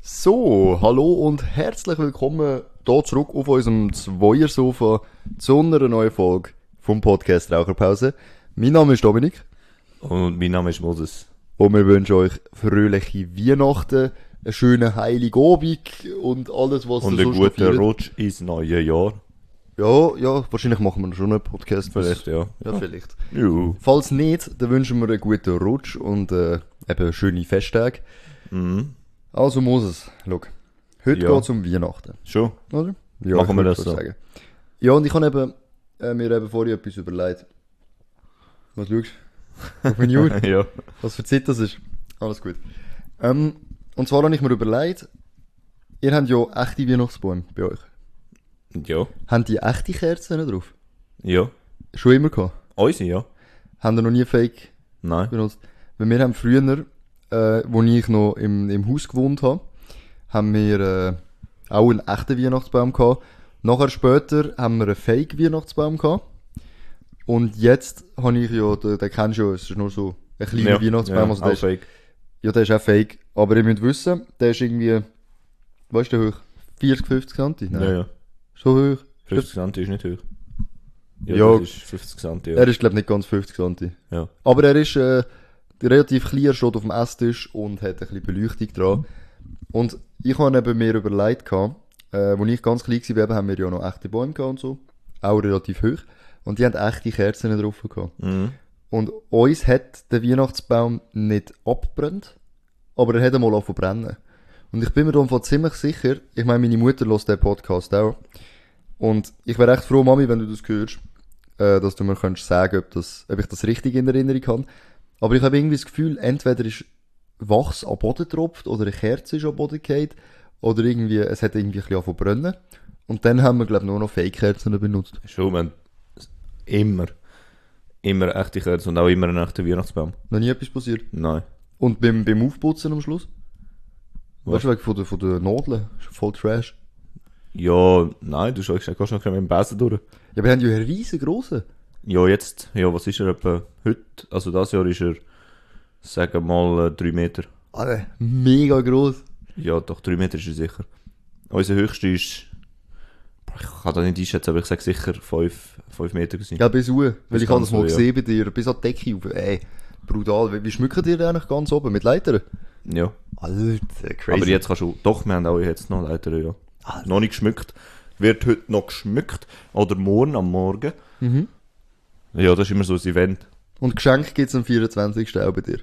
So, hallo und herzlich willkommen hier zurück auf unserem Zweiersofa zu einer neuen Folge vom Podcast Raucherpause. Mein Name ist Dominik Und mein Name ist Moses. und wir wünschen euch fröhliche Weihnachten, einen schönen Heiligobig und alles, was Und ihr einen sonst noch guten feiert. Rutsch ins neue Jahr. Ja, ja, wahrscheinlich machen wir schon einen Podcast. Vielleicht, ja. Ja, vielleicht. Juhu. Falls nicht, dann wünschen wir einen guten Rutsch und äh, eben schöne Festtage. Also Moses, schau, heute Mhm. Ja. geht's um Weihnachten. Schon? Oder? Ja, Machen ich wir würd das so. sagen. Ja, und ich habe eben, äh, mir eben vorhin etwas überlegt. Was schaust du? Auf meine Uhr? ja. Was für Zeit das ist? Alles gut. Ähm, und zwar habe ich mir überlegt, ihr habt ja echte Weihnachtsbäume bei euch. Ja. Habt ihr echte Kerzen drauf? Ja. Schon immer gehabt. Unsere, ja. Habt ihr noch nie Fake Nein. benutzt? Weil wir haben früher, äh, wo ich noch im, im Haus gewohnt habe, haben wir äh, auch einen echten Weihnachtsbaum gehabt. Nachher später haben wir einen Fake-Weihnachtsbaum gehabt. Und jetzt habe ich ja, den, den kennst du ja, es ist nur so ein kleiner ja. Weihnachtsbaum. ja. also der auch ist, fake. ja, der ist auch fake. Aber ihr müsst wissen, der ist irgendwie, weißt du, hoch? 40, 50 cm? Ja, ja. So hoch? 50 cm ist nicht hoch. Ja. das ist 50 cm, ja. Er ist, glaube ich, nicht ganz 50 cm. ja. Aber er ist äh, relativ klein, er steht auf dem Esstisch und hat ein bisschen Beleuchtung dran. Und ich habe eben mir überlegt, gehabt, äh, als ich ganz klein war, eben, haben wir ja noch echte Bäume gehabt und so. Auch relativ hoch. Und die haben echte Kerzen drauf gehabt. Mhm. Und uns hat der Weihnachtsbaum nicht abbrennt, aber er hat einmal auf brennen. Und ich bin mir davon ziemlich sicher, ich meine, meine Mutter hört den Podcast auch. Und ich wäre echt froh, Mami, wenn du das hörst, äh, dass du mir könntest sagen, ob, das, ob ich das richtig in Erinnerung habe. Aber ich habe irgendwie das Gefühl, entweder ist Wachs am Boden tropft oder eine Kerze ist am Boden gefallen, oder irgendwie, es hat irgendwie ein bisschen angefangen zu brennen. Und dann haben wir, glaube ich, nur noch Fake-Kerzen benutzt. Schon, man. Immer. Immer echte Kerze und auch immer einen echten Weihnachtsbaum. Noch nie etwas passiert. Nein. Und beim, beim Aufputzen am Schluss? Was? Weißt du, wegen von der, von der Nadeln? Ist Voll Trash. Ja, nein, du schaust gehst noch mit dem Besen durch. Ja, wir haben ja einen riesengroßen. Ja, jetzt, ja, was ist er etwa heute? Also, das Jahr ist er, sagen wir mal, äh, 3 Meter. Alter, mega groß. Ja, doch, 3 Meter ist er sicher. Unser höchster ist. Boah, Ich kann das nicht einschätzen, aber ich sage sicher 5, 5 Meter gewesen. Ja, bis oben. Weil Bis ich habe ganz das mal oben, ja. gesehen bei dir. Bis an die Decke rauf. Ey, brutal. Wie, wie schmücken die denn eigentlich ganz oben? Mit Leitern? Ja. Alter, crazy. Aber jetzt kannst du. Doch, wir haben auch jetzt noch Leiter, ja. Ah. Noch nicht geschmückt. Wird heute noch geschmückt. Oder morgen am Morgen. Mhm. Ja, das ist immer so ein Event. Und Geschenk gibt's am 24. auch bei dir.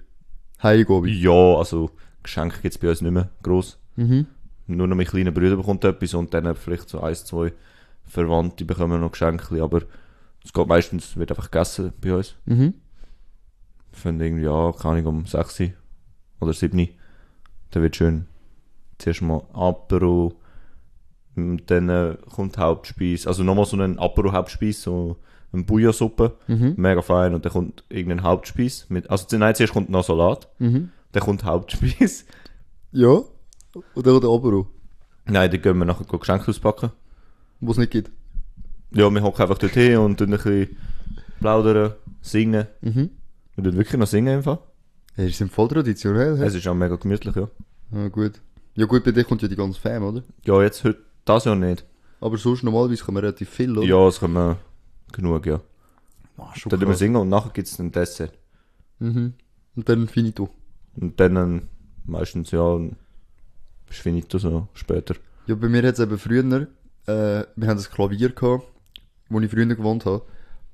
Hi, Gobi. Ja, also Geschenke gibt es bei uns nicht mehr gross. Nur noch mein kleiner Bruder bekommt etwas und dann vielleicht so ein, zwei Verwandte bekommen noch Geschenke, aber es geht meistens, wird einfach gegessen bei uns. Mhm. Ich finde irgendwie, ja, keine Ahnung, um 6 Uhr oder 7 Uhr. Dann wird schön zuerst mal Apero, und dann äh, kommt Hauptspeis, also nochmal so einen Apero-Hauptspeis, so eine Bouillonsuppe, mega fein, und dann kommt irgendein Hauptspeis, mit, also zu- nein, zuerst kommt noch Salat, dann kommt Hauptspeis, Ja. Oder der Obero, nein, dann gehen wir nachher go Geschenke auspacken. wo es nicht gibt. Ja, wir hocken einfach dort hin und dann ein bisschen plaudern, singen. Mhm. Wir tun wirklich noch singen einfach. Ey, die sind voll traditionell. hä? Es ist auch mega gemütlich, ja. Ja, gut. Ja, gut, bei dir kommt ja die ganze Fam, oder? Ja, jetzt heute, das Jahr nicht. Aber sonst normalerweise kommen relativ viel, oder? Ja, es kommen genug, ja. Ah, schon Dann tun wir krass. singen und nachher gibt es ein Dessert. Mhm. Und dann finito. Und dann ähm, meistens ja ein Finito so später. Ja, bei mir hat's eben früher, äh, wir haben ein Klavier gehabt, wo ich früher gewohnt habe.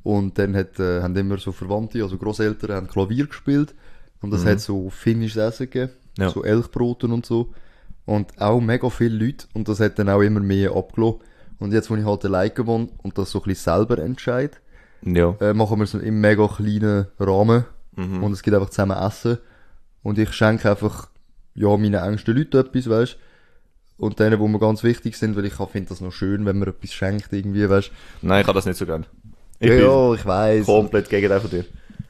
Und dann hat, äh, haben immer so Verwandte, also Großeltern, haben Klavier gespielt. Und das hat so finnisches Essen gegeben, Ja. so Elchbroten und so. Und auch mega viele Leute. Und das hat dann auch immer mehr abgelassen. Und jetzt, wo ich halt allein gewohnt und das so ein bisschen selber entscheide, Ja. äh, machen wir es im mega kleinen Rahmen Mhm. und es geht einfach zusammen essen und ich schenke einfach ja meinen engsten Leuten etwas, weißt und denen, wo mir ganz wichtig sind, weil ich auch finde das noch schön, wenn man etwas schenkt irgendwie, weißt Nein, ich kann das nicht so gerne. Ich ja, bin ja, ich weiß. komplett gegen den von dir.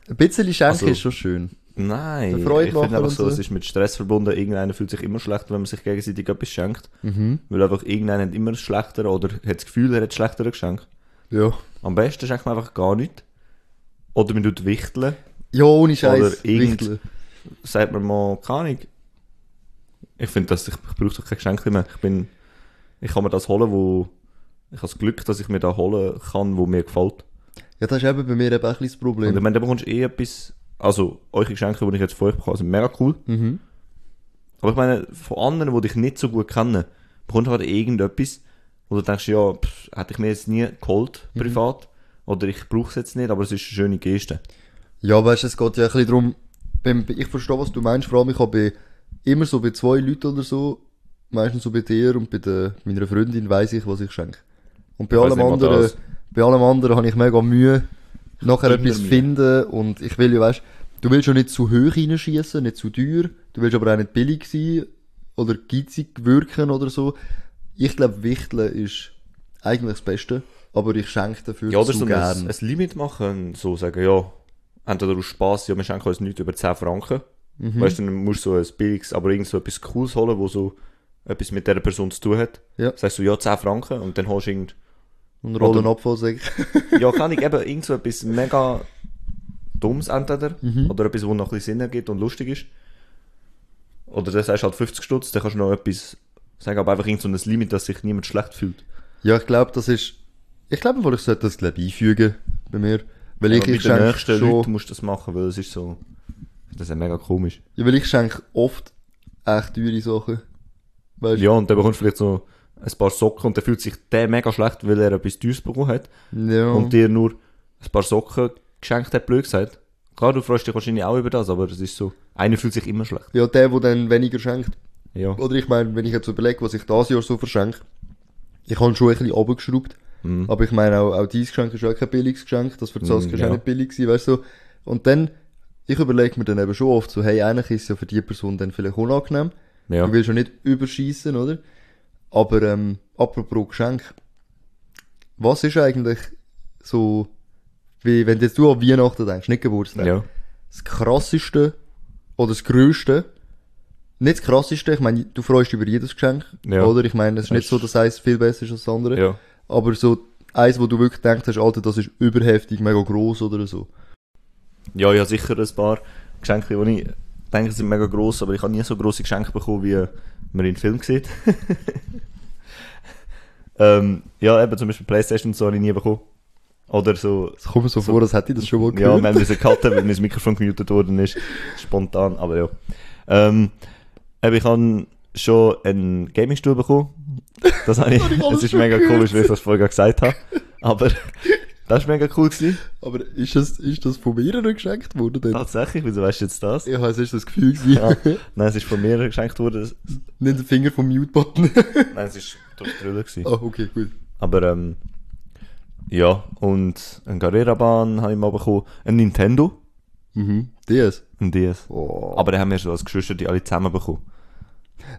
Ein bisschen schenken Also- ist schon schön. Nein, Der Freude ich machen finde einfach und so, so. es ist mit Stress verbunden. Irgendeiner fühlt sich immer schlechter, wenn man sich gegenseitig etwas schenkt. Mhm. Weil einfach irgendeiner hat immer schlechter oder hat das Gefühl, er hat schlechter geschenkt. Ja. Am besten schenkt man einfach gar nichts. Oder man tut wichteln. Ja, ohne Oder Scheiß. irgend- Wichteln. Sagt man mal, keine Ahnung, Ich finde, dass ich, ich brauche doch kein Geschenk mehr. Ich bin, ich kann mir das holen, wo, ich habe das Glück, dass ich mir das holen kann, wo mir gefällt. Ja, das ist eben bei mir eben auch ein bisschen das Und ich Problem. meine, da bekommst du eh etwas, also, eure Geschenke, die ich jetzt von euch bekomme, sind mega cool. Mhm. Aber ich meine, von anderen, die dich nicht so gut kennen, bekommst du halt irgendetwas, wo du denkst, ja, pff, hätte ich mir jetzt nie geholt, Mhm. privat, oder ich brauche es jetzt nicht, aber es ist eine schöne Geste. Ja, weißt du, es geht ja ein bisschen darum, beim, ich verstehe, was du meinst, vor allem ich habe bei, immer so bei zwei Leuten oder so, meistens so bei dir und bei der, meiner Freundin, weiss ich, was ich schenke. Und bei Ich weiss allem nicht mal anderen, das. bei allem anderen habe ich mega Mühe, nachher Immer etwas Mühe. finden und ich will ja, weißt du, willst ja nicht zu hoch reinschießen, nicht zu teuer, du willst aber auch nicht billig sein oder geizig wirken oder so. Ich glaube, Wichteln ist eigentlich das Beste, aber ich schenke dafür Ja, oder zu so ein, gern. ein Limit machen, so sagen, ja, entweder aus Spass, ja, wir schenken uns nichts über 10 Franken. Mhm. Weißt du, dann musst du so ein billiges, aber irgend so etwas Cooles holen, wo so etwas mit dieser Person zu tun hat. Ja. Sagst du, ja, 10 Franken und dann holst du irgend, und rollen oder- Abfallsäcke. ja, kann ich eben irgend so etwas mega Dummes entweder, Mhm. oder etwas, wo noch ein bisschen Sinn ergibt und lustig ist. Oder das sagst du halt 50 Stutz, dann kannst du noch etwas sagen, aber einfach irgend so ein Limit, dass sich niemand schlecht fühlt. Ja, ich glaube, das ist. Ich glaube, einfach, ich sollte das glaub, einfügen bei mir. Weil ich, ich aber mit den schenke nächsten Leuten schon, musst du das machen, weil es ist so, das ist ja mega komisch. ja, weil ich schenke oft echt teure Sachen. Weißt du? Ja, und dann bekommst du vielleicht so ein paar Socken und dann fühlt sich der mega schlecht, weil er etwas Teures bekommen hat Ja. und dir nur ein paar Socken geschenkt hat, blöd gesagt. Klar, du freust dich wahrscheinlich auch über das, aber es ist so, einer fühlt sich immer schlecht. ja, der, der dann weniger schenkt. Ja. Oder ich meine, wenn ich jetzt überlege, was ich dieses Jahr so verschenke, ich habe schon ein bisschen runtergeschraubt. Mhm. Aber ich meine, auch, auch dein Geschenk ist auch kein billiges Geschenk. Das für Saskia ist ja. auch nicht billig gewesen, weißt du. Und dann, ich überlege mir dann eben schon oft so, hey, eigentlich ist es ja für die Person dann vielleicht unangenehm. Ja. Du willst ja nicht überschießen, oder? Aber ähm, apropos Geschenk. Was ist eigentlich so, wie wenn jetzt du an Weihnachten denkst, nicht Geburtstag, Ja. das krasseste oder das größte? Nicht das krasseste, ich meine, du freust dich über jedes Geschenk, Ja. oder? Ich meine, es ist nicht Das- so, dass eins viel besser ist als das andere. Ja. Aber so eins, wo du wirklich denkst, hast, Alter, das ist überheftig, mega gross oder so. Ja, ich habe sicher ein paar Geschenke, die ich denke, sind mega gross, aber ich habe nie so grosse Geschenke bekommen, wie man in Film sieht. ähm, ja, eben zum Beispiel Playstation und so habe ich nie bekommen. Oder so Es kommt mir so, vor, als hätte ich das schon mal Ja, gehört. wir haben diese Karte, weil mein Mikrofon gemutet worden ist. Spontan, aber ja. Ähm, eben, ich habe schon einen Gaming-Stuhl bekommen. Das habe ich. ich alles Es ist schon mega gehört. komisch, wie ich das vorher gesagt habe. Aber das war mega cool gewesen. Aber ist das, ist das von mir noch geschenkt worden? Denn? Tatsächlich, wieso weißt du jetzt das? Ich weiß, es war das Gefühl. gewesen. Ja. Nein, es ist von mir geschenkt worden. Nicht den Finger vom Mute-Button. Nein, es ist durch die Brille gewesen. ah, okay, gut. Aber ähm, ja, und einen Carrera-Bahn habe ich mal bekommen. Ein Nintendo, Mhm. DS. ein DS. Oh. Aber den haben wir so als Geschwister die alle zusammen bekommen.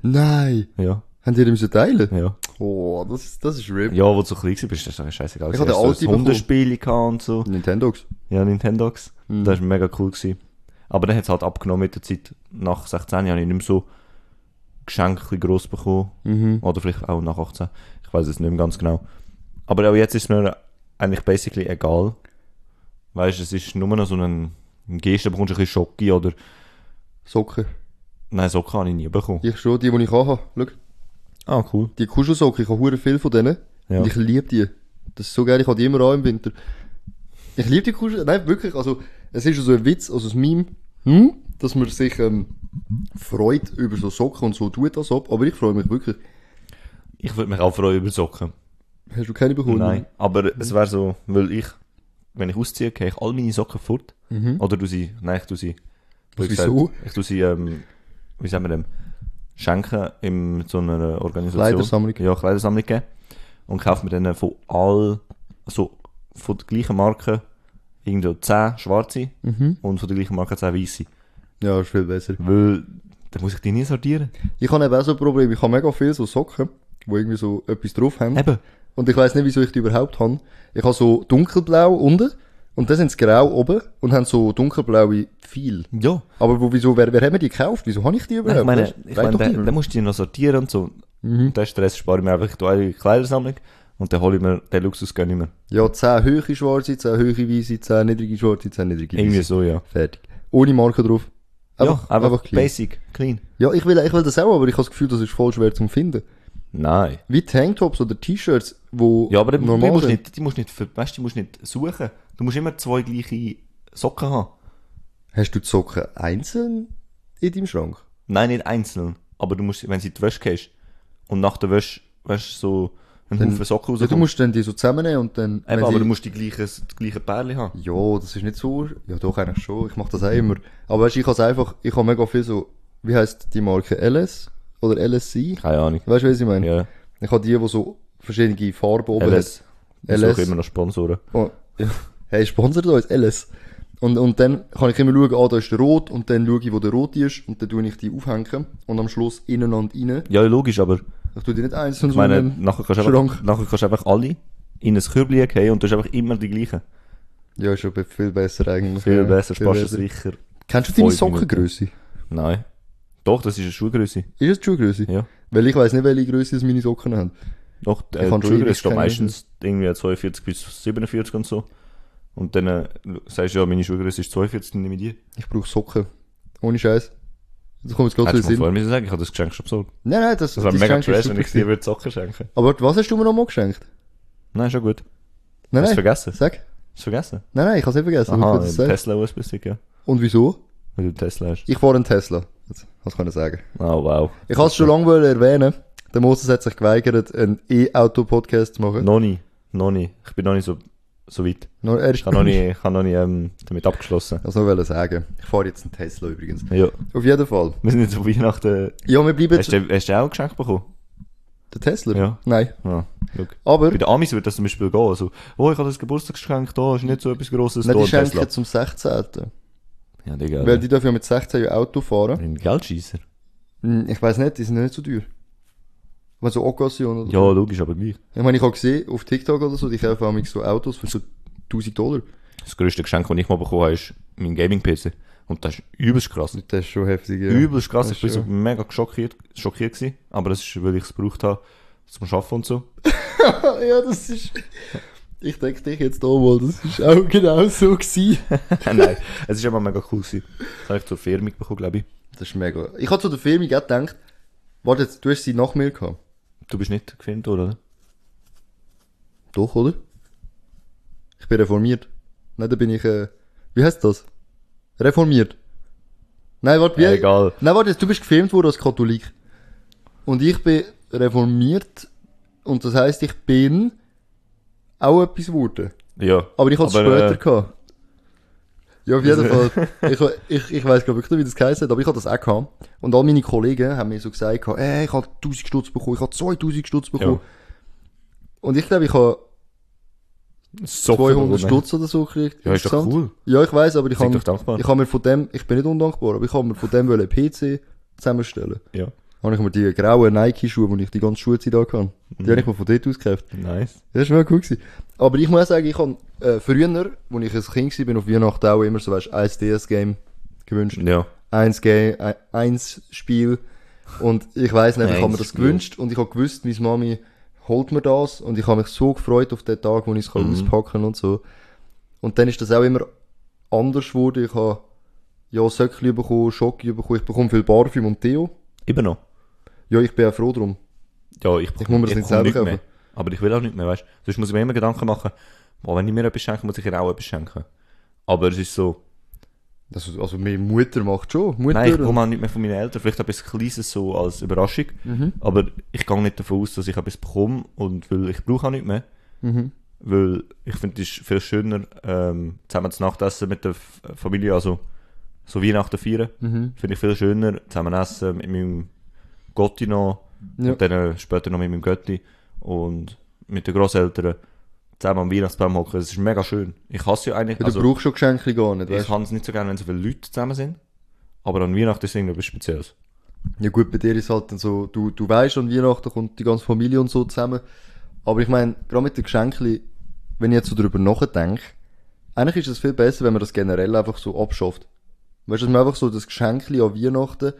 Nein! Ja, Haben die den müssen teilen? ja. Oh, das ist, das ist RIP. Ja, wo du so klein warst, das ist doch scheißegal. Ich hatte Zuerst alte so ein Hundespiele gehabt und so. Nintendox. Ja, Nintendox. Das war mega cool. Gewesen. Aber dann hat es halt abgenommen mit der Zeit. Nach 16 Jahren habe ich nicht mehr so Geschenke gross bekommen. Oder vielleicht auch nach 18. Ich weiß es nicht mehr ganz genau. Aber auch jetzt ist es mir eigentlich basically egal. Weißt du, es ist nur noch so ein, ein Geste, da bekommst du ein bisschen Schocke oder... Socken. Nein, so kann ich nie bekommen. Ich schon, die, die ich habe. Schau. Ah, cool. Die Kuschelsocken, ich habe hure viel von denen. Ja. Und ich liebe die. Das ist so geil, ich habe die immer an im Winter. Ich liebe die Kuschel... Nein, wirklich, also... Es ist so ein Witz, also ein Meme, hm? dass man sich ähm, freut über so Socken und so tut das ab. Aber ich freue mich wirklich. Ich würde mich auch freuen über Socken. Hast du keine bekommen? Nein, aber es wäre so, weil ich, wenn ich ausziehe, gehe ich all meine Socken fort. Oder du sie, nein, ich tu sie. Mhm. Was, wie gesagt, wieso? Ich tu sie, ähm, wie sagen wir dem, schenken in so einer Organisation. Kleidersammlung. Ja, Kleidersammlung geben. Und kaufe mir dann von all, so, von der gleichen Marke, irgendwo 10 schwarze Mhm. und von der gleichen Marke 10 weiße. Ja, ist viel besser. Weil, dann muss ich die nie sortieren. Ich habe eben auch so ein Problem. Ich habe mega viel so Socken, wo irgendwie so etwas drauf haben. Eben. Und ich weiß nicht, wieso ich die überhaupt habe. Ich habe so dunkelblau unten und dann sind sie grau oben und haben so dunkelblaue viel. Ja. Aber wo, wieso, wer, wer hat mir die gekauft? Wieso habe ich die überhaupt? Nein, ich meine, Weißt du, weiß ich meine doch dann, niemand. dann musst du die noch sortieren und so. Mhm. Den Stress spare ich mir einfach durch eine Kleidersammlung und dann hole ich mir den Luxus gar nicht mehr. ja, 10 hohe schwarze, 10 hohe weiße, 10 niedrige schwarze, 10 niedrige Irgendwie weiße. so, ja. Fertig. Ohne Marke drauf. Einfach, ja, einfach clean. basic, clean. Ja, ich will, ich will das auch, aber ich habe das Gefühl, das ist voll schwer zu finden. Nein. Wie Tanktops oder T-Shirts, wo Ja, aber die, die, musst sind. nicht, die, musst nicht, ver- weißt, die musst nicht suchen. Du musst immer zwei gleiche Socken haben. Hast du die Socken einzeln in deinem Schrank? Nein, nicht einzeln. Aber du musst, wenn sie in die Wäsche gehst und nach der Wäsche, weißt du, so einen Haufen Socken Ja, rauskommt. du musst dann die so zusammennehmen und dann... Also Eben, wenn aber sie- du musst die gleichen, die gleichen Pärchen haben. Ja, das ist nicht so... Ja, doch, eigentlich schon. Ich mache das auch immer. Aber weißt, du, ich habe einfach... Ich habe mega viel so... Wie heisst die Marke? LS? Oder LSC? Keine Ahnung. Weißt du, was ich meine? Ja, Ich habe die, die so verschiedene Farben oben hat. LS. Ich LS. suche immer noch Sponsoren. Oh, ja. Hey, sponsert uns, LS. Und, und dann kann ich immer schauen, ah, da ist der Rot, und dann schaue ich, wo der Rot ist, und dann tue ich die aufhängen, und am Schluss innen und innen. Ja, logisch, aber Ich tue die nicht einzeln, ich meine, sondern... nachher kannst, du Schrank. einfach, nachher kannst du einfach alle in ein Körbchen gehen und du hast einfach immer die gleichen. Ja, ist schon be- viel besser eigentlich. Viel ja. besser, Viel sparst du besser. sicher. Kennst du deine Fünf Sockengröße? Nein. Doch, das ist eine Schuhgröße. Ist es die Schuhgröße? Ja. Weil ich weiß nicht, welche Größe es meine Socken haben. Doch, äh, kann die schon Schuhgröße ewig ist schon keine meistens irgendwie 42 bis 47 und so. Und dann äh, sagst du ja, meine Schuhgröße ist 42, dann nehme ich die. Ich brauche Socken. Ohne Scheiß. Das kommt jetzt gerade Hättest so in den Sinn. du mir vorher müssen sagen, ich habe das Geschenk schon besorgt. Nein, nein, das, Das wäre mega Geschenk ist trash, wenn super ich dir gewesen. würde Socken schenken. Aber was hast du mir nochmal geschenkt? Nein, schon gut. Nein, Hast nein. du vergessen? Hast Sag. du vergessen? Nein, nein, ich habe es nicht vergessen. Aha, ich im das sagen. Tesla USB-Stick, ja. Und wieso? Weil du einen Tesla hast. Ich war ein Tesla. Das das kann ich sagen. Oh, wow. Ich wollte es schon lange wollen erwähnen. Der Moses hat sich geweigert, einen E-Auto-Podcast zu machen. Noch nie. Noch nie. Ich bin noch nicht so, so weit. No. Er ist Ich habe noch nie, ich habe noch nie ähm, damit abgeschlossen. Das wollte ich noch sagen. Ich fahre jetzt einen Tesla übrigens. Ja. Auf jeden Fall. Wir sind jetzt auf Weihnachten. Ja, wir bleiben... Hast du, hast du auch ein Geschenk bekommen? Der Tesla? Ja. Nein. Ja. Schau. Aber... Bei den Amis würde das zum Beispiel gehen. Also, oh, ich habe das Geburtstagsgeschenk da, ist nicht so etwas Grosses. Nein, da die ein Tesla. schenken zum 16. Ja, Digga. Weil die dürfen ja mit 16 ja Auto fahren. Ein Geldscheisser. Hm, Ich weiß nicht, die sind ja nicht so teuer. Aber so Occasion oder Ja, so. logisch, aber gleich. Ich meine, ich habe gesehen, auf TikTok oder so, die kaufen manchmal so Autos für so 1000 Dollar. Das größte Geschenk, das ich mal bekommen habe, ist mein Gaming-PC. Und das ist übelst krass. Das ist schon heftig, ja. übelst krass. das Ich bin so schon. mega schockiert, schockiert gewesen. Aber das ist, weil ich es gebraucht habe zum Schaffen und so. ja, das ist... Ich denke dich jetzt da mal, das ist auch genau so gewesen. Nein, es ist aber mega cool gewesen. Das habe ich zur Firmung bekommen, glaube ich. Das ist mega. Ich habe zu der Firma gerade gedacht, warte, jetzt, du hast sie nach mir gehabt. Du bist nicht gefilmt worden, oder? Doch, oder? Ich bin reformiert. Nein, da bin ich, äh, wie heißt das? Reformiert. Nein, warte, wie? Egal. Nein, warte, jetzt, du bist gefilmt worden als Katholik. Und ich bin reformiert. Und das heisst, ich bin auch etwas geworden. Ja. Aber ich hatte es später äh, gehabt. Ja, auf jeden Fall. Ich, ich, ich weiß gar wirklich nicht, wie das geheißen hat, aber ich hatte das auch gehabt. Und all meine Kollegen haben mir so gesagt, ey, ich habe 1000 Stutz bekommen, ich habe 2000 Stutz bekommen. Und ich glaube, ich habe so 200 Stutz oder so gekriegt. Ja, ist doch insgesamt. cool. Ja, ich weiß, aber ich Sei habe, doch dankbar. ich habe mir von dem, ich bin nicht undankbar, aber ich habe mir von dem wollen einen PC zusammenstellen. Ja. Dann habe ich mir die grauen Nike-Schuhe, die ich die ganze Schulzeit da kann. Die Mhm. habe ich mir von dort aus gekauft. Nice. Das war mega cool. Gewesen. Aber ich muss auch sagen, ich habe äh, früher, als ich ein Kind war, bin auf Weihnachten auch immer so, weißt, ein DS-Game gewünscht. Ja. Eins Game, ein- eins Spiel. Und ich weiss nicht, ich habe mir das Spiel. gewünscht und ich habe gewusst, meine Mami holt mir das und ich habe mich so gefreut auf den Tag, wo ich es Mhm. kann auspacken kann und so. Und dann ist das auch immer anders geworden. Ich habe ja Söckchen bekommen, Schocke bekommen, ich bekomme viel Parfüm und Theo. Immer noch. Ja, ich bin auch froh drum. Ja, ich, Ich muss mir das nicht selber nichts kaufen. mehr. Aber ich will auch nicht mehr, weißt du? Sonst muss ich mir immer Gedanken machen, boah, wenn ich mir etwas schenke, muss ich ihr auch etwas schenken. Aber es ist so, Also, also meine Mutter macht schon. Mutter nein, ich und- bekomme auch nicht mehr von meinen Eltern. Vielleicht etwas Kleines so als Überraschung. Mhm. Aber ich gehe nicht davon aus, dass ich etwas bekomme und weil ich brauche auch nicht mehr. Mhm. Weil ich finde, es ist viel schöner, ähm, zusammen zu Nachtessen mit der F Familie, also so Weihnachten feiern. Mhm. Finde ich viel schöner, zusammen essen mit meinem Gotti noch Ja. und dann äh, später noch mit meinem Götti und mit den Großeltern zusammen am Weihnachtsbaum hocken. Es ist mega schön. Ich hasse ja eigentlich, Ja, also du brauchst schon Geschenke gar nicht, ich weißt kann es nicht so gerne, wenn so viele Leute zusammen sind. Aber an Weihnachten ist irgendwas Spezielles. Ja gut, bei dir ist halt dann so, du, du weißt an Weihnachten kommt die ganze Familie und so zusammen. Aber ich meine, gerade mit den Geschenken, wenn ich jetzt so drüber nachdenke, eigentlich ist es viel besser, wenn man das generell einfach so abschafft. Weißt du, dass man einfach so das Geschenkli an Weihnachten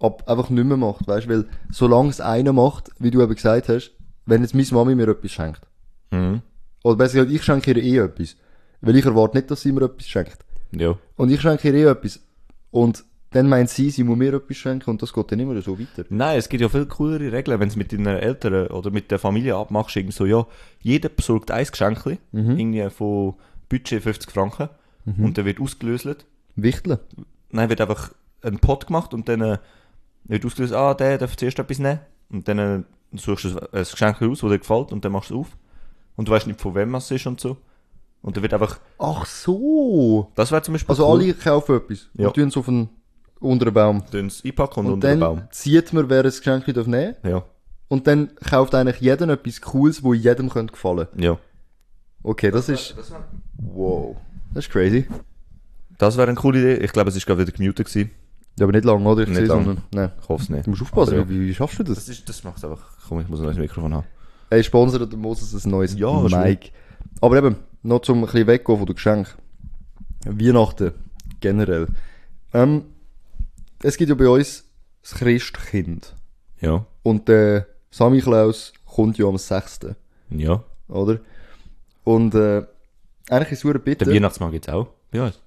ab, einfach nicht mehr macht, weißt du, weil solange es einer macht, wie du eben gesagt hast, wenn jetzt meine Mami mir etwas schenkt. Mhm. Oder besser gesagt, ich schenke ihr eh etwas. Weil ich erwarte nicht, dass sie mir etwas schenkt. Ja. Und ich schenke ihr eh etwas. Und dann meint sie, sie muss mir etwas schenken und das geht dann immer so weiter. Nein, es gibt ja viel coolere Regeln, wenn du es mit deinen Eltern oder mit der Familie abmachst, irgendwie so, ja, jeder besorgt ein Geschenkli, Mhm. irgendwie von Budget 50 Franken, und dann wird ausgelöst, Wichteln. nein, wird einfach ein Pot gemacht und dann äh, wird ausgelöst, ah, der darf zuerst etwas nehmen, und dann äh, suchst du ein- ein Geschenk aus, das dir gefällt, und dann machst du es auf, und du weißt nicht, von wem es ist und so, und dann wird einfach, Ach so. das wäre zum Beispiel Also cool. alle kaufen etwas Ja. und tun es auf einen unter den Baum. Tun es einpacken und, Und, unter dann den Baum. zieht man, wer ein Geschenk darf nehmen Ja, Und dann kauft eigentlich jeder etwas Cooles, wo jedem könnte gefallen ja. Okay, das ist... Wow. Das ist crazy. Das wäre eine coole Idee. Ich glaube, es ist gerade wieder gemutet gewesen. Ja, aber nicht lang, oder? Ich Nicht sehe es lang. unten. Nein. Ich hoffe es nicht. Du musst aufpassen, Aber ja. wie, wie schaffst du das? Das, ist, das macht einfach. Komm, ich muss ein neues Mikrofon haben. Ey, sponsert der Moses ein neues Ja, Mic. schon. Aber eben, noch zum ein bisschen weggehen von den Geschenken. Weihnachten, generell. Ähm, es gibt ja bei uns das Christkind. Ja. Und der Sammy Klaus kommt ja am 6., Ja. oder? Und äh, eigentlich ist es eine Der Bitte. Weihnachtsmann gibt es auch. Bei uns.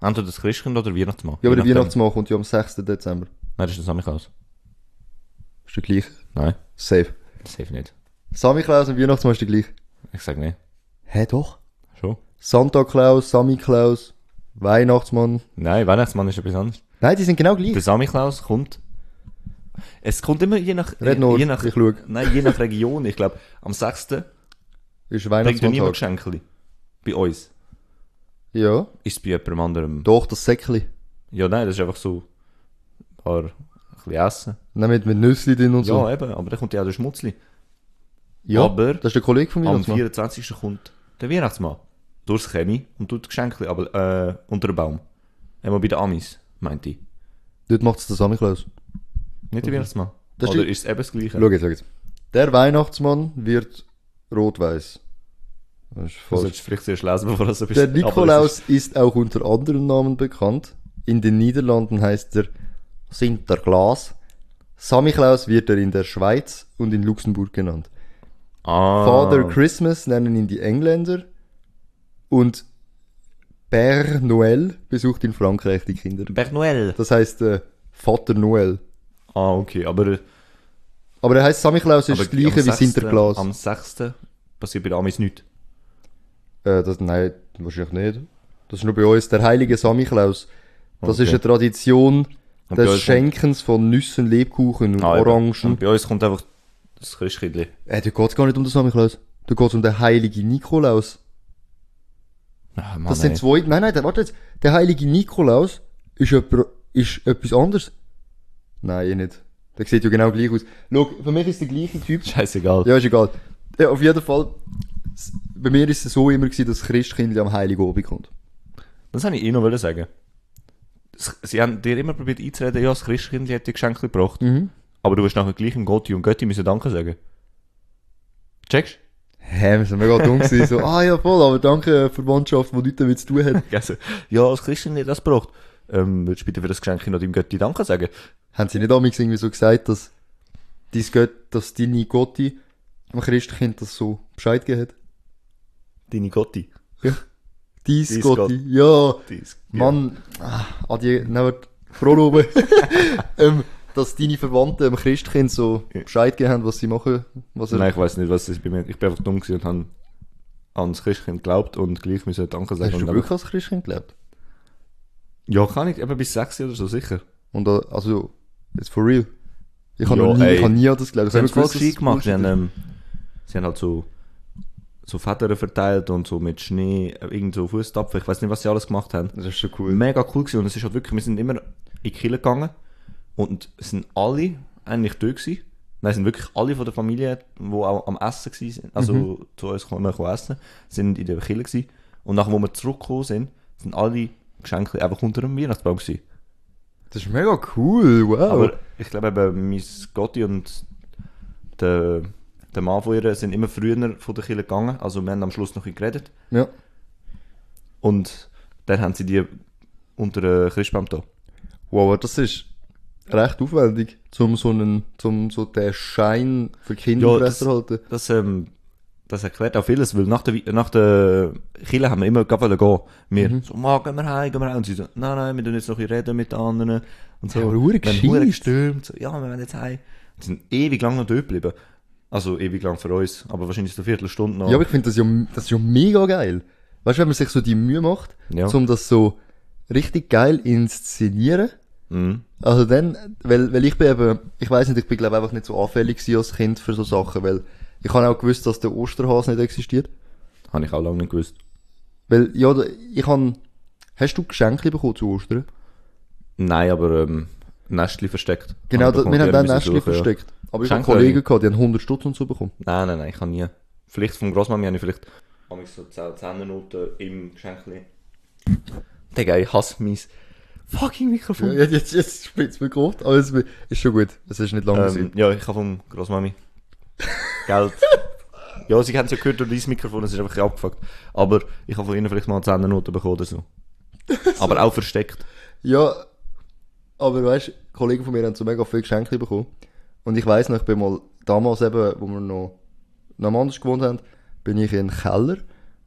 Entweder das Christkind oder Weihnachtsmann. ja, aber der Je nachdem. Weihnachtsmann kommt ja am 6. Dezember. Nein, das ist der Sammy Klaus. Ist der gleich? Nein, Safe. safe nicht. Sammy Klaus und Weihnachtsmann ist der gleich. Ich sag nicht. Hä, doch? Schon? Santa Claus, Sammy Claus, Weihnachtsmann. Nein, Weihnachtsmann ist etwas anderes. Nein, die sind genau Der gleich. Sammy Klaus kommt. Es kommt immer je nach. Red je- nur, je nach ich schau. Nein, je nach Region. Ich glaube, am 6. Ist bringt ja niemand Weihnachtsmann. Geschenke. Bei uns. Ja. Ist es bei jemandem anderem. Doch, das Säckli. Ja, nein, das ist einfach so. ein Paar, ein bisschen Essen. Nein, mit, mit Nüssli drin und so. Ja, eben, aber dann kommt ja auch der Schmutzli. Ja, aber- Das ist der Kollege von mir. Am das macht. 24. kommt der Weihnachtsmann. Durchs Chemie und tut Geschenke, aber äh, unter den Baum. Einmal bei den Amis, meinte ich. Dort macht es der Sammy Claus. Nicht der Weihnachtsmann. Mhm. Das Oder stimmt. ist es eben das Gleiche? Schau jetzt, schau jetzt. Der Weihnachtsmann wird rot-weiß. Das ist Du falsch. solltest vielleicht zuerst lesen, bevor du so bist. der Aber es Nikolaus ist, auch unter anderen Namen bekannt. In den Niederlanden heißt er Sinterklaas. Sammy Claus wird er in der Schweiz und in Luxemburg genannt. Ist, ah, Father Christmas nennen ihn die Engländer und Père Noël besucht in Frankreich die Kinder. Père Noël. Das heißt äh, Vater Noël. Ah, okay, aber... äh, Aber er heißt Sammy Klaus ist aber das gleiche am wie 6. Sinterklaas. Am 6. passiert bei den Amis nichts. Äh, das, nein, wahrscheinlich nicht. Das ist nur bei uns der heilige Sammy Klaus. Das ist Okay. eine Tradition Und bei des uns- Schenkens von Nüssen, Lebkuchen und Ah, eben. Orangen. Und bei uns kommt einfach das Christkindli. Äh, da geht's gar nicht um den Sammy Klaus. Da geht's um den heiligen Nikolaus. Ah, Mann, Das ey. sind zwei. Nein, nein, der- warte jetzt. Der heilige Nikolaus ist, jemand, ist etwas anderes. Nein, eh nicht. Der sieht ja genau gleich aus. Schau, für mich ist der gleiche Typ. Scheißegal. Ja, ist egal. Ja, auf jeden Fall. s- Bei mir ist es so immer gewesen, dass das Christkind am Heiligen Abend kommt. Das wollte ich eh noch wollen sagen. S- Sie haben dir immer probiert einzureden, ja, das Christkind hat dir Geschenke gebracht. Mhm. Aber du wirst nachher gleich im Gotti und Götti müssen Danke sagen. Checkst? Hä, wir sind mega dumm gewesen. So, ah ja, voll, aber danke, äh, Verwandtschaft, die nichts damit zu tun hat. Also, ja, das Christkind hat das gebracht. Ähm, würdest du bitte für das Geschenk noch deinem Götti Danke sagen? Haben sie nicht damals irgendwie so gesagt, dass, dies Gott, dass deine Gotti dem Christkind das so Bescheid gegeben hat? Deine Gotti. Dies, Dies Gotti, ja. Dies. Mann, ah, Adi, nehmen Prolobe. ähm, dass deine Verwandten dem Christkind so Bescheid gegeben haben, was sie machen. Was er, Nein, ich weiß nicht, was das bei mir Ich bin einfach dumm gewesen und habe an das Christkind geglaubt und gleich müssen Danke sagen. hast du und wirklich als Christkind gelebt? ja, kann ich. Eben bis 6 oder so, sicher. Und äh, also, jetzt for real. Ich habe Ja, noch nie, ich ey. habe nie an das geglaubt. Sie haben es voll gewusst, dass gescheit gemacht. Sie Bullshit haben, ähm, sie haben halt so, so Federn verteilt und so mit Schnee, äh, irgend so Fußtapfen. Ich weiß nicht, was sie alles gemacht haben. ist. Das ist schon cool. Mega cool gewesen. Und es ist halt wirklich, wir sind immer in die Kirche gegangen und es sind alle eigentlich da gewesen. Nein, es sind wirklich alle von der Familie, die auch am Essen waren, also zu uns kommen, kommen essen, sind in der Kirche gewesen. Und nachdem, wo wir zurückgekommen sind, sind alle Geschenke einfach unter dem Weihnachtsbaum gewesen. Das ist mega cool, wow. Aber ich glaube eben, Miss Gotti und der, der Mann von ihr sind immer früher von der Kirche gegangen. Also wir haben am Schluss noch ein bisschen geredet. ja. Und dann haben sie die unter den Christbaum da. Wow, aber das ist recht aufwendig, um so einen, zum so den Schein für Kinder Ja, zu das- erhalten. Das, ähm, das erklärt auch vieles, weil nach der, Wi- nach der Kille haben wir immer gehen wollen gehen. Wir, Mhm. so, mal gehen wir heim, gehen wir heim. Und sie so, nein, nein, wir tun jetzt noch ein bisschen reden mit den anderen. Und so, Ja, aber verdammt Wir haben verdammt gescheit. gestürmt, so, ja, wir wollen jetzt heim. Und sind ewig lang noch dort geblieben. Also ewig lang für uns, aber wahrscheinlich so eine Viertelstunde noch. Ja, aber ich finde das ja, das ist ja mega geil. Weißt du, wenn man sich so die Mühe macht, Ja. um das so richtig geil inszenieren. Mhm. Also dann, weil, weil ich bin eben, ich weiß nicht, ich bin glaube einfach nicht so anfällig gewesen als Kind für so Sachen, weil ich habe auch gewusst, dass der Osterhase nicht existiert. Habe ich auch lange nicht gewusst. Weil, ja, da- ich habe, hast du Geschenke bekommen zu Ostern? Nein, aber ähm, Nestli versteckt. Ah, Genau, Habe ich da, wir haben bekommen, dann die Nestchen müssen suchen, ja. versteckt. Aber ich habe Geschenke? Kollegen gehabt, die haben 100 Stutz und so bekommen. Nein, nein, nein, ich habe nie. Vielleicht vom Grossmami habe ich vielleicht habe ich so 10 Zehnernoten im Geschenkli. Digga, ich hasse mein fucking Mikrofon. Ja, jetzt, jetzt spitzt mir gerade, aber es ist schon gut. Es ist nicht lange ähm, ja ich habe vom Grossmami Geld. ja, sie haben es ja gehört durch dein Mikrofon, es ist einfach ein bisschen abgefuckt. Aber ich habe von ihnen vielleicht mal eine Zehnernote bekommen oder so. Aber auch versteckt. Ja, aber weißt du, Kollegen von mir haben so mega viele Geschenke bekommen. Und ich weiss noch, ich bin mal damals eben, wo wir noch, noch am anders gewohnt haben, bin ich in den Keller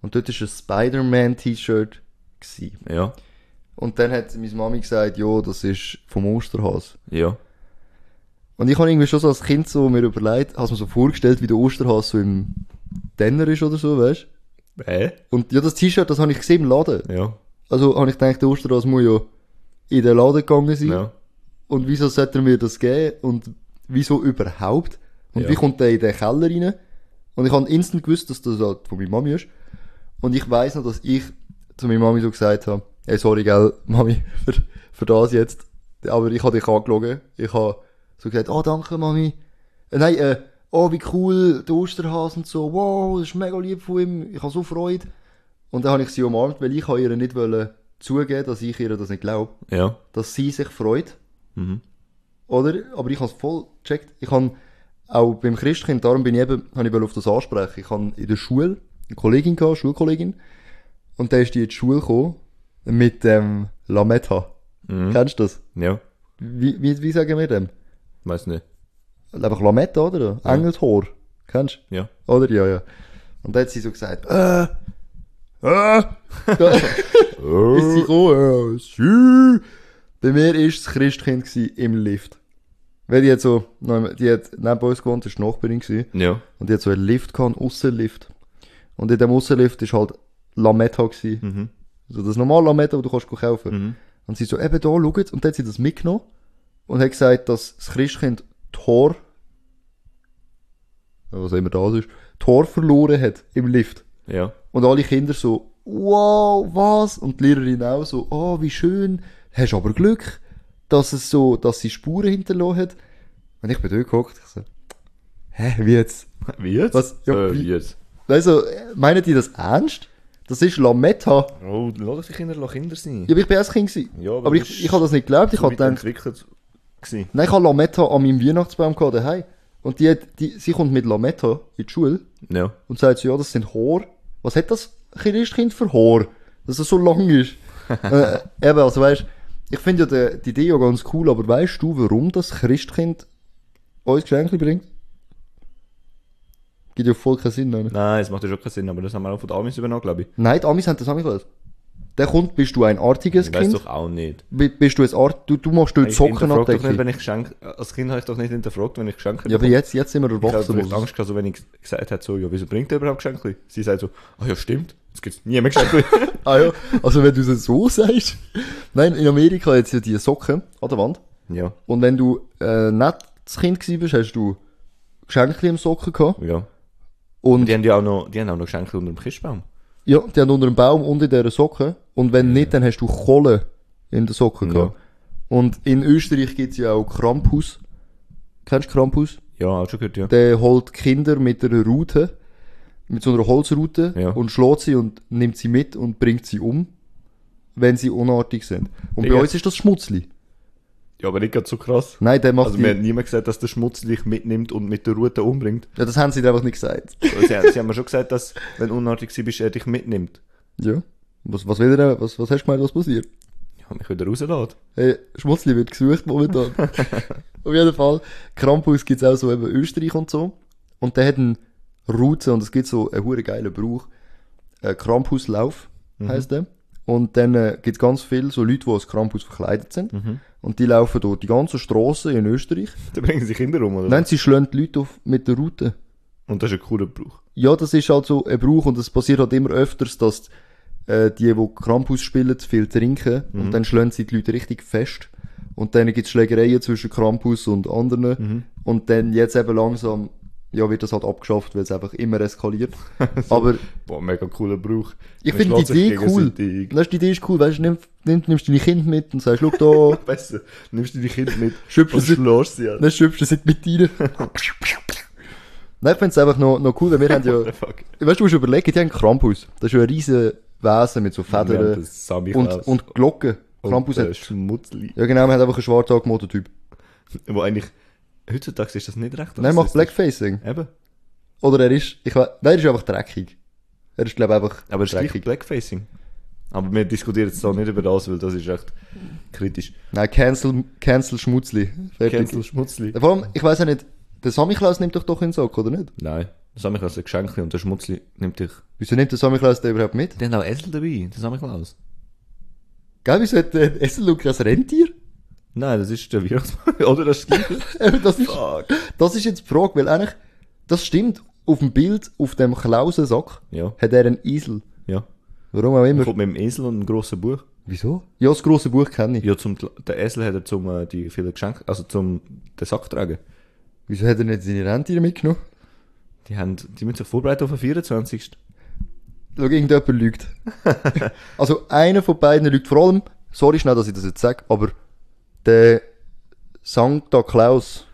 und dort war ein Spider-Man-T-Shirt. gsi. Ja, Und dann hat meine Mami gesagt, ja, das ist vom Osterhase. ja. Und ich habe irgendwie schon so als Kind so mir überlegt, hast mir so vorgestellt, wie der Osterhase so im Denner ist oder so, weißt du? Äh? Und ja, das T-Shirt, das habe ich gesehen im Laden. Ja. Also habe ich gedacht, der Osterhase muss ja in den Laden gegangen sein. Ja. Und wieso sollte er mir das geben? Und wieso überhaupt? Und Ja. wie kommt der in den Keller rein? Und ich habe instant gewusst, dass das halt von meiner Mami ist. Und ich weiß noch, dass ich zu meiner Mami so gesagt habe, ey, sorry, gell, Mami, für, für das jetzt. Aber ich habe dich angelogen. Ich habe so gesagt, oh, danke, Mami. Äh, nein, äh, oh, wie cool, der Osterhase und so. Wow, das ist mega lieb von ihm. Ich habe so Freude. Und dann habe ich sie umarmt, weil ich habe ihr nicht wollen zugeben, dass ich ihr das nicht glaube Ja. dass sie sich freut. Mhm. Oder? Aber ich habe es voll gecheckt. Ich habe auch beim Christkind, darum bin ich eben, habe ich wollte auf das ansprechen. Ich habe in der Schule eine Kollegin gehabt, Schulkollegin. Und da ist die in die Schule gekommen mit dem Lametta. Kennst du das? Ja. Wie, wie, wie sagen wir dem? Weiß nicht. Einfach Lametta, oder? Engeltor. Kennst du? Ja. Oder? Ja, ja. Und da hat sie so gesagt, äh, äh, da, ist sie gekommen, äh, sie. Bei mir war das Christkind gsi im Lift. Weil die hat so, nein, die hat neben uns gewohnt, das war die Nachbarin gsi. Äh, Ja. Und die hat so einen Lift gehabt, einen Aussenlift. Und in dem Aussenlift war halt Lametta gsi. Mhm. So das normale Lametta, das du kannst kaufen kannst. Mhm. Und sie so, eben da, schaut. Und dann hat sie das mitgenommen. Und hat gesagt, dass das Christkind Tor, was auch immer das ist, Tor verloren hat im Lift. Ja. Und alle Kinder so, wow, was? Und die Lehrerin auch so, oh, wie schön. Hast aber Glück, dass es so, dass sie Spuren hinterlassen hat. Und ich bin dort gehockt, ich so, hä, wie jetzt? Wie jetzt? Was? Ja, äh, wie- wie jetzt? Also, meinen die das ernst? Das ist Lametta. Oh, lass doch die Kinder lass Kinder sein. Ja, aber ich bin erst Kind gewesen. Ja, aber aber du bist ich, ich habe das nicht geglaubt, ich so habe weit gedacht, entwickelt gewesen. Nein, ich habe Lametta an meinem Weihnachtsbaum gehabt daheim. Und die, hat- die, sie kommt mit Lametta in die Schule Ja. und sagt so, ja, das sind Haar. Was hat das Christkind für Haar? Dass das so lang ist. äh, eben, also weißt, ich finde ja die, die Idee ja ganz cool, aber weißt du, warum das Christkind uns Geschenke bringt? Gibt ja voll keinen Sinn. Nein, Nein, es macht ja schon keinen Sinn, aber das haben wir auch von den Amis übernommen, glaube ich. Nein die Amis haben das auch nicht gewusst. Der kommt, bist du ein artiges Ich weiß Kind? doch auch nicht. Bi- Bist du ein Art, du, du machst dort Ich Socken hinterfrag doch nicht, abdecken. wenn ich Geschenk, als Kind habe ich doch nicht hinterfragt, wenn ich Geschenke Ja, aber bekomme. jetzt, jetzt sind wir ich hatte erwachsen. vielleicht Angst gehabt, so, wenn ich gesagt hätte, so, ja, wieso bringt er überhaupt Geschenke? Sie sagt so, ah ja, stimmt, jetzt gibt es nie mehr Geschenke. Ah ja, also wenn du es so sagst. Nein, in Amerika hat es ja die Socken an der Wand. ja, Und wenn du äh, nicht das Kind gewesen bist, hast du Geschenke im Socken gehabt. ja. Und Die haben ja auch noch, die haben auch noch Geschenke unter dem Christbaum. ja, die haben unter dem Baum und in dieser Socken. Und wenn nicht, dann hast du Kohle in den Socken Ja. gehabt. Und in Österreich gibt's ja auch Krampus. Kennst du Krampus? Ja, auch schon gehört, ja. Der holt Kinder mit einer Rute, mit so einer Holzrute Ja. und schlägt sie und nimmt sie mit und bringt sie um, wenn sie unartig sind. Und bei Digga. uns ist das Schmutzli. Ja, aber nicht gerade so krass. Nein, der macht Also, die, mir hat niemand gesagt, dass der Schmutz dich mitnimmt und mit der Rute umbringt. Also Ja, das haben sie dir einfach nicht gesagt. sie, haben- sie haben mir schon gesagt, dass, wenn du unartig bist, er dich mitnimmt. Ja. Was, was will er denn? Was, was hast du gemeint, was passiert? Ja, mich wieder rauslässt. Hey, Schmutzli wird gesucht momentan. Auf jeden Fall, Krampus gibt's auch so eben Österreich und so. Und der hat einen Route und es gibt so einen hure geilen Brauch. Äh, Kramphauslauf Mhm. heisst der. Und dann äh, gibt es ganz viele so Leute, die als Krampus verkleidet sind. Mhm. Und die laufen durch die ganze Straße in Österreich. Da bringen sie Kinder um, oder? Nein, sie schlönen die Leute auf mit der Route. Und das ist ein cooler Brauch. Ja, das ist halt so ein Brauch und es passiert halt immer öfters, dass äh, die, die Krampus spielen, zu viel trinken und dann schlönen sie die Leute richtig fest. Und dann gibt's Schlägereien zwischen Krampus und anderen. Und dann jetzt eben langsam, ja, wird das halt abgeschafft, weil es einfach immer eskaliert. Aber Boah, mega cooler Brauch. ich Man finde schlägt die sich Idee cool. gegenseitig. Weißt, die Idee ist cool, weißt du, nimm, nimm, nimmst deine Kinder mit und sagst, schau da, Weißt du, nimmst du die Kinder mit Schöpfen und sie- schlägst sie an. dann schöpfst du es mit rein. Nein, ich find's einfach noch, noch cool, weil wir haben ja, Fuck. Weißt du, du musst überlegen, die haben Krampus. Das ist ja ein riesen Wesen mit so Wir haben Federn den Sammy und, Klaus. und Glocken. Krampus und, äh, hat. Schmutzli. Ja, genau, man hat einfach einen schwarz angemalten Typ. Wo eigentlich, heutzutage ist das nicht recht. Nein, er macht rassistisch. Blackfacing. Eben. Oder er ist, ich weiß, nein, er ist einfach dreckig. Er ist, glaube ich, einfach Aber es ist gleich dreckig. Blackfacing. Aber wir diskutieren jetzt da nicht über das, weil das ist echt kritisch. Nein, cancel, cancel Schmutzli. Fertig. Cancel Schmutzli. Vor allem, ich weiß ja nicht, der Samichlaus nimmt doch doch in den Sack, oder nicht? Nein, das habe ich als ein Geschenk und der Schmutzli nimmt dich. Wieso nimmt der Samichlaus den überhaupt mit? Die haben auch Esel dabei, das habe ich aus. Gell, wieso hat äh, der Essellook ein Rentier? Nein, das ist der Weihnachtsmann. Oder das ist Eben, das ist, Fuck. das ist jetzt die Frage, weil eigentlich, das stimmt, auf dem Bild, auf dem Klausensack, Ja, hat er einen Esel. ja. Warum auch Er immer. kommt mit dem Esel und einem grossen Buch. Wieso? Ja, das grosse Buch kenne ich. Ja, zum, der Esel hat er zum, äh, die vielen Geschenke, also zum, den Sack tragen. Wieso hat er nicht seine Rentiere mitgenommen? Die haben, die müssen sich vorbereiten auf den 24. Schau, irgendjemand lügt. also einer von beiden lügt. Vor allem, sorry schnell, dass ich das jetzt sage, aber der Santa Claus,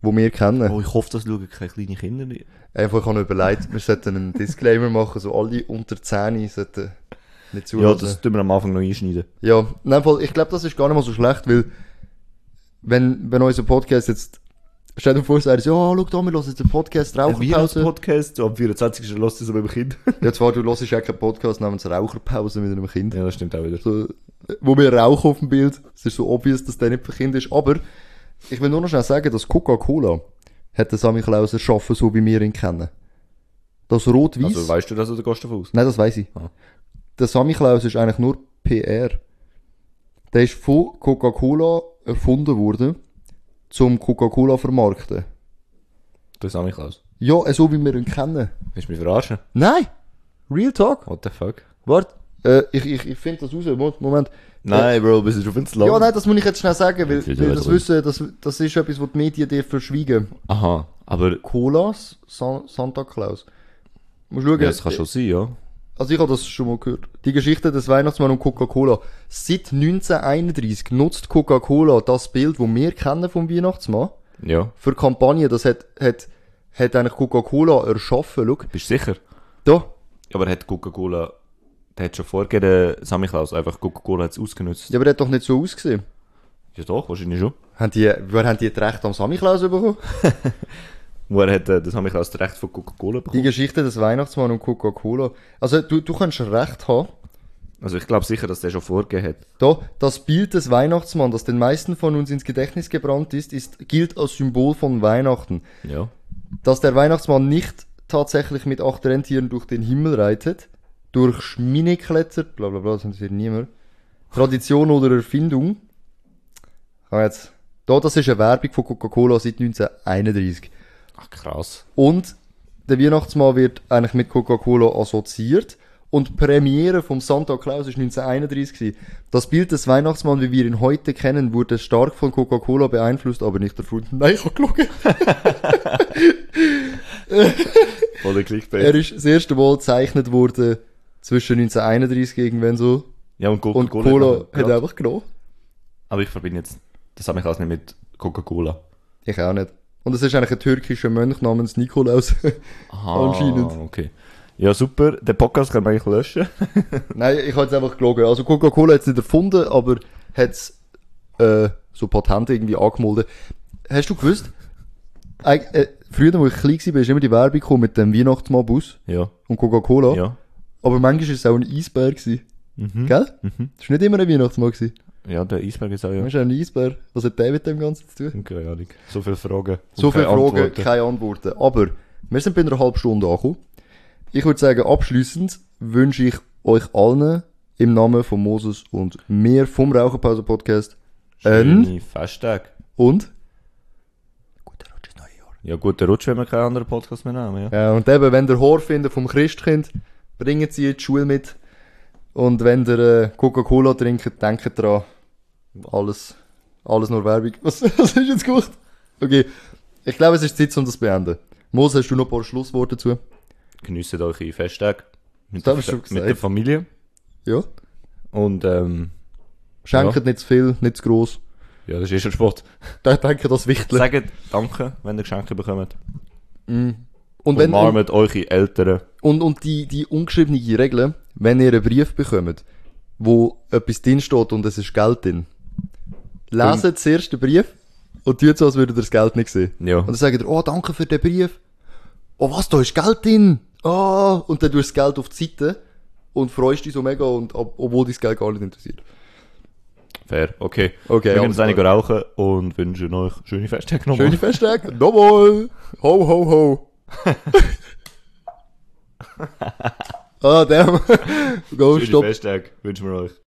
wo wir kennen, Oh, ich hoffe, das schauen keine kleinen Kinder. nicht. einfach habe ich überlegt, wir sollten einen Disclaimer machen, so alle unter 10 sollten nicht Ja, zuhören. das tun wir am Anfang noch einschneiden. Ja, in dem Fall, ich glaube, das ist gar nicht mal so schlecht, weil wenn, wenn unser Podcast jetzt, stell dir vor, es sagt, ja, schau da, wir hören jetzt einen Podcast, Raucherpause. Podcast, so am 24. lässt es aber beim Kind. Ja, zwar, du hörst ja keinen Podcast namens Raucherpause mit einem Kind. ja, das stimmt auch wieder. So, äh, wo wir rauchen auf dem Bild. Es ist so obvious, dass der nicht für Kinder ist. Aber ich will nur noch schnell sagen, dass Coca-Cola hat den Sammy Klaus erschaffen, so wie wir ihn kennen. Das rot weiß Also weißt du das oder gehst du davon aus? Nein, das weiß ich. Ah. Der Sammy Klaus ist eigentlich nur PR. Der ist von Coca-Cola erfunden worden, zum Coca-Cola vermarkten. Das ist nicht aus. Ja, äh, so wie wir ihn kennen. Willst du mich verarschen? Nein! Real Talk! What the fuck? Warte, äh, ich, ich, ich finde das raus. Mo- Moment. Nein, Bro, bist du auf ins Ja, nein, das muss ich jetzt schnell sagen, weil, Jetzt weil wieder das drin. wissen, das, das ist etwas, was die Medien dir verschweigen. Aha, aber Colas, San, Santa Claus. Muss schauen. ja, das kann schon sein, ja. Also ich habe das schon mal gehört. Die Geschichte des Weihnachtsmanns und Coca-Cola. Seit 1931 nutzt Coca-Cola das Bild, das wir kennen vom Weihnachtsmann, Ja. für Kampagnen. Das hat, hat, hat eigentlich Coca-Cola erschaffen. Schau, Bist du sicher? da. Aber hat Coca-Cola, der hat schon vorgegeben, äh, Sammy Klaus, einfach Coca-Cola hat es ausgenutzt. Ja, aber der hat doch nicht so ausgesehen. Ja doch, wahrscheinlich schon. Haben die, wer haben die das Recht am Samichlaus bekommen? Und er hat, äh, das Sammy Klaus das Recht von Coca-Cola Die bekommen. Geschichte des Weihnachtsmanns und Coca-Cola. Also du, du kannst recht haben. Also ich glaube sicher, dass der schon vorgegeben hat. Da, das Bild des Weihnachtsmanns, das den meisten von uns ins Gedächtnis gebrannt ist, ist gilt als Symbol von Weihnachten. Ja. Dass der Weihnachtsmann nicht tatsächlich mit acht Rentieren durch den Himmel reitet, durch Schmine klettert, bla bla bla, das interessiert niemand. Tradition oder Erfindung. Ah, jetzt. Da, das ist eine Werbung von Coca-Cola seit 1931. Ach krass. Und der Weihnachtsmann wird eigentlich mit Coca-Cola assoziiert. Und die Premiere vom Santa Claus ist 1931 gewesen. Das Bild des Weihnachtsmanns, wie wir ihn heute kennen, wurde stark von Coca-Cola beeinflusst, aber nicht erfunden. Nein, ich hab gelogen. Oder Clickbait. Er ist das erste Mal gezeichnet worden zwischen 1931 irgendwann so. Ja, und Und Coca-Cola. Cola hat hat er- einfach genommen. Aber ich verbinde jetzt, das habe ich alles nicht mit Coca-Cola. Ich auch nicht. Und es ist eigentlich ein türkischer Mönch namens Nikolaus. Aha. Anscheinend. Okay. Ja, super. Den Podcast kann man eigentlich löschen. Nein, ich habe jetzt einfach gelogen. Also Coca-Cola hat es nicht erfunden, aber hat es äh, so Patente irgendwie angemeldet. Hast du gewusst? Eig- äh, früher, als ich klein war, ist immer die Werbung gekommen mit dem Weihnachtsmannbus Ja. und Coca-Cola. Ja. Mhm. Aber manchmal war es auch ein Eisbär. Gewesen. Gell? Das war nicht immer ein Weihnachtsmann. Gewesen. Ja, der Eisberg ist auch ja. Das war auch ein Eisbär. Was hat der mit dem Ganzen zu tun? Keine Ahnung. So viele Fragen. und So viele keine Fragen, Antworten. keine Antworten. Aber Wir sind bei einer halben Stunde angekommen. Ich würde sagen, abschließend wünsche ich euch allen im Namen von Moses und mir vom Raucherpause Podcast Schöne Ähm. Festtag. und Ja, guter Rutsch, wenn wir keinen anderen Podcast mehr nehmen. Ja. ja, Äh, und eben, wenn ihr Haar findet vom Christkind, bringt sie in die Schule mit. Und wenn ihr äh, Coca-Cola trinkt, denkt dran, alles, alles nur Werbung. Was, was ist jetzt gut? Okay, ich glaube, es ist Zeit, um das zu beenden. Moses, hast du noch ein paar Schlussworte dazu? Geniessen eure Festtage. Mit, Das der, hast du Fa- gesagt. mit der Familie. Ja. Und ähm, Schenkt nicht zu viel, nicht zu gross. ja, das ist eh schon Sport. Da denke das wichtig. Sagt Danke, wenn ihr Geschenke bekommt. Und, wenn, und, Umarmt eure Eltern. und, und die, die ungeschriebene Regel, wenn ihr einen Brief bekommt, wo etwas drin steht und es ist Geld drin, leset zuerst den Brief und tut so, als würdet ihr das Geld nicht sehen. Ja. Und dann sagt ihr, oh, danke für den Brief. Oh, was, da ist Geld drin? Oh, und dann tust du das Geld auf die Seite und freust dich so mega, und, ob, obwohl dich das Geld gar nicht interessiert. Fair. Okay. Okay, Wir gehen alles jetzt eine rauchen und wünschen euch schöne Festtage nochmal. Schöne Festtage, nochmal. Ho, ho, ho. Ah, damn. Go, schöne stopp. Ah, Festtage wünschen wir euch.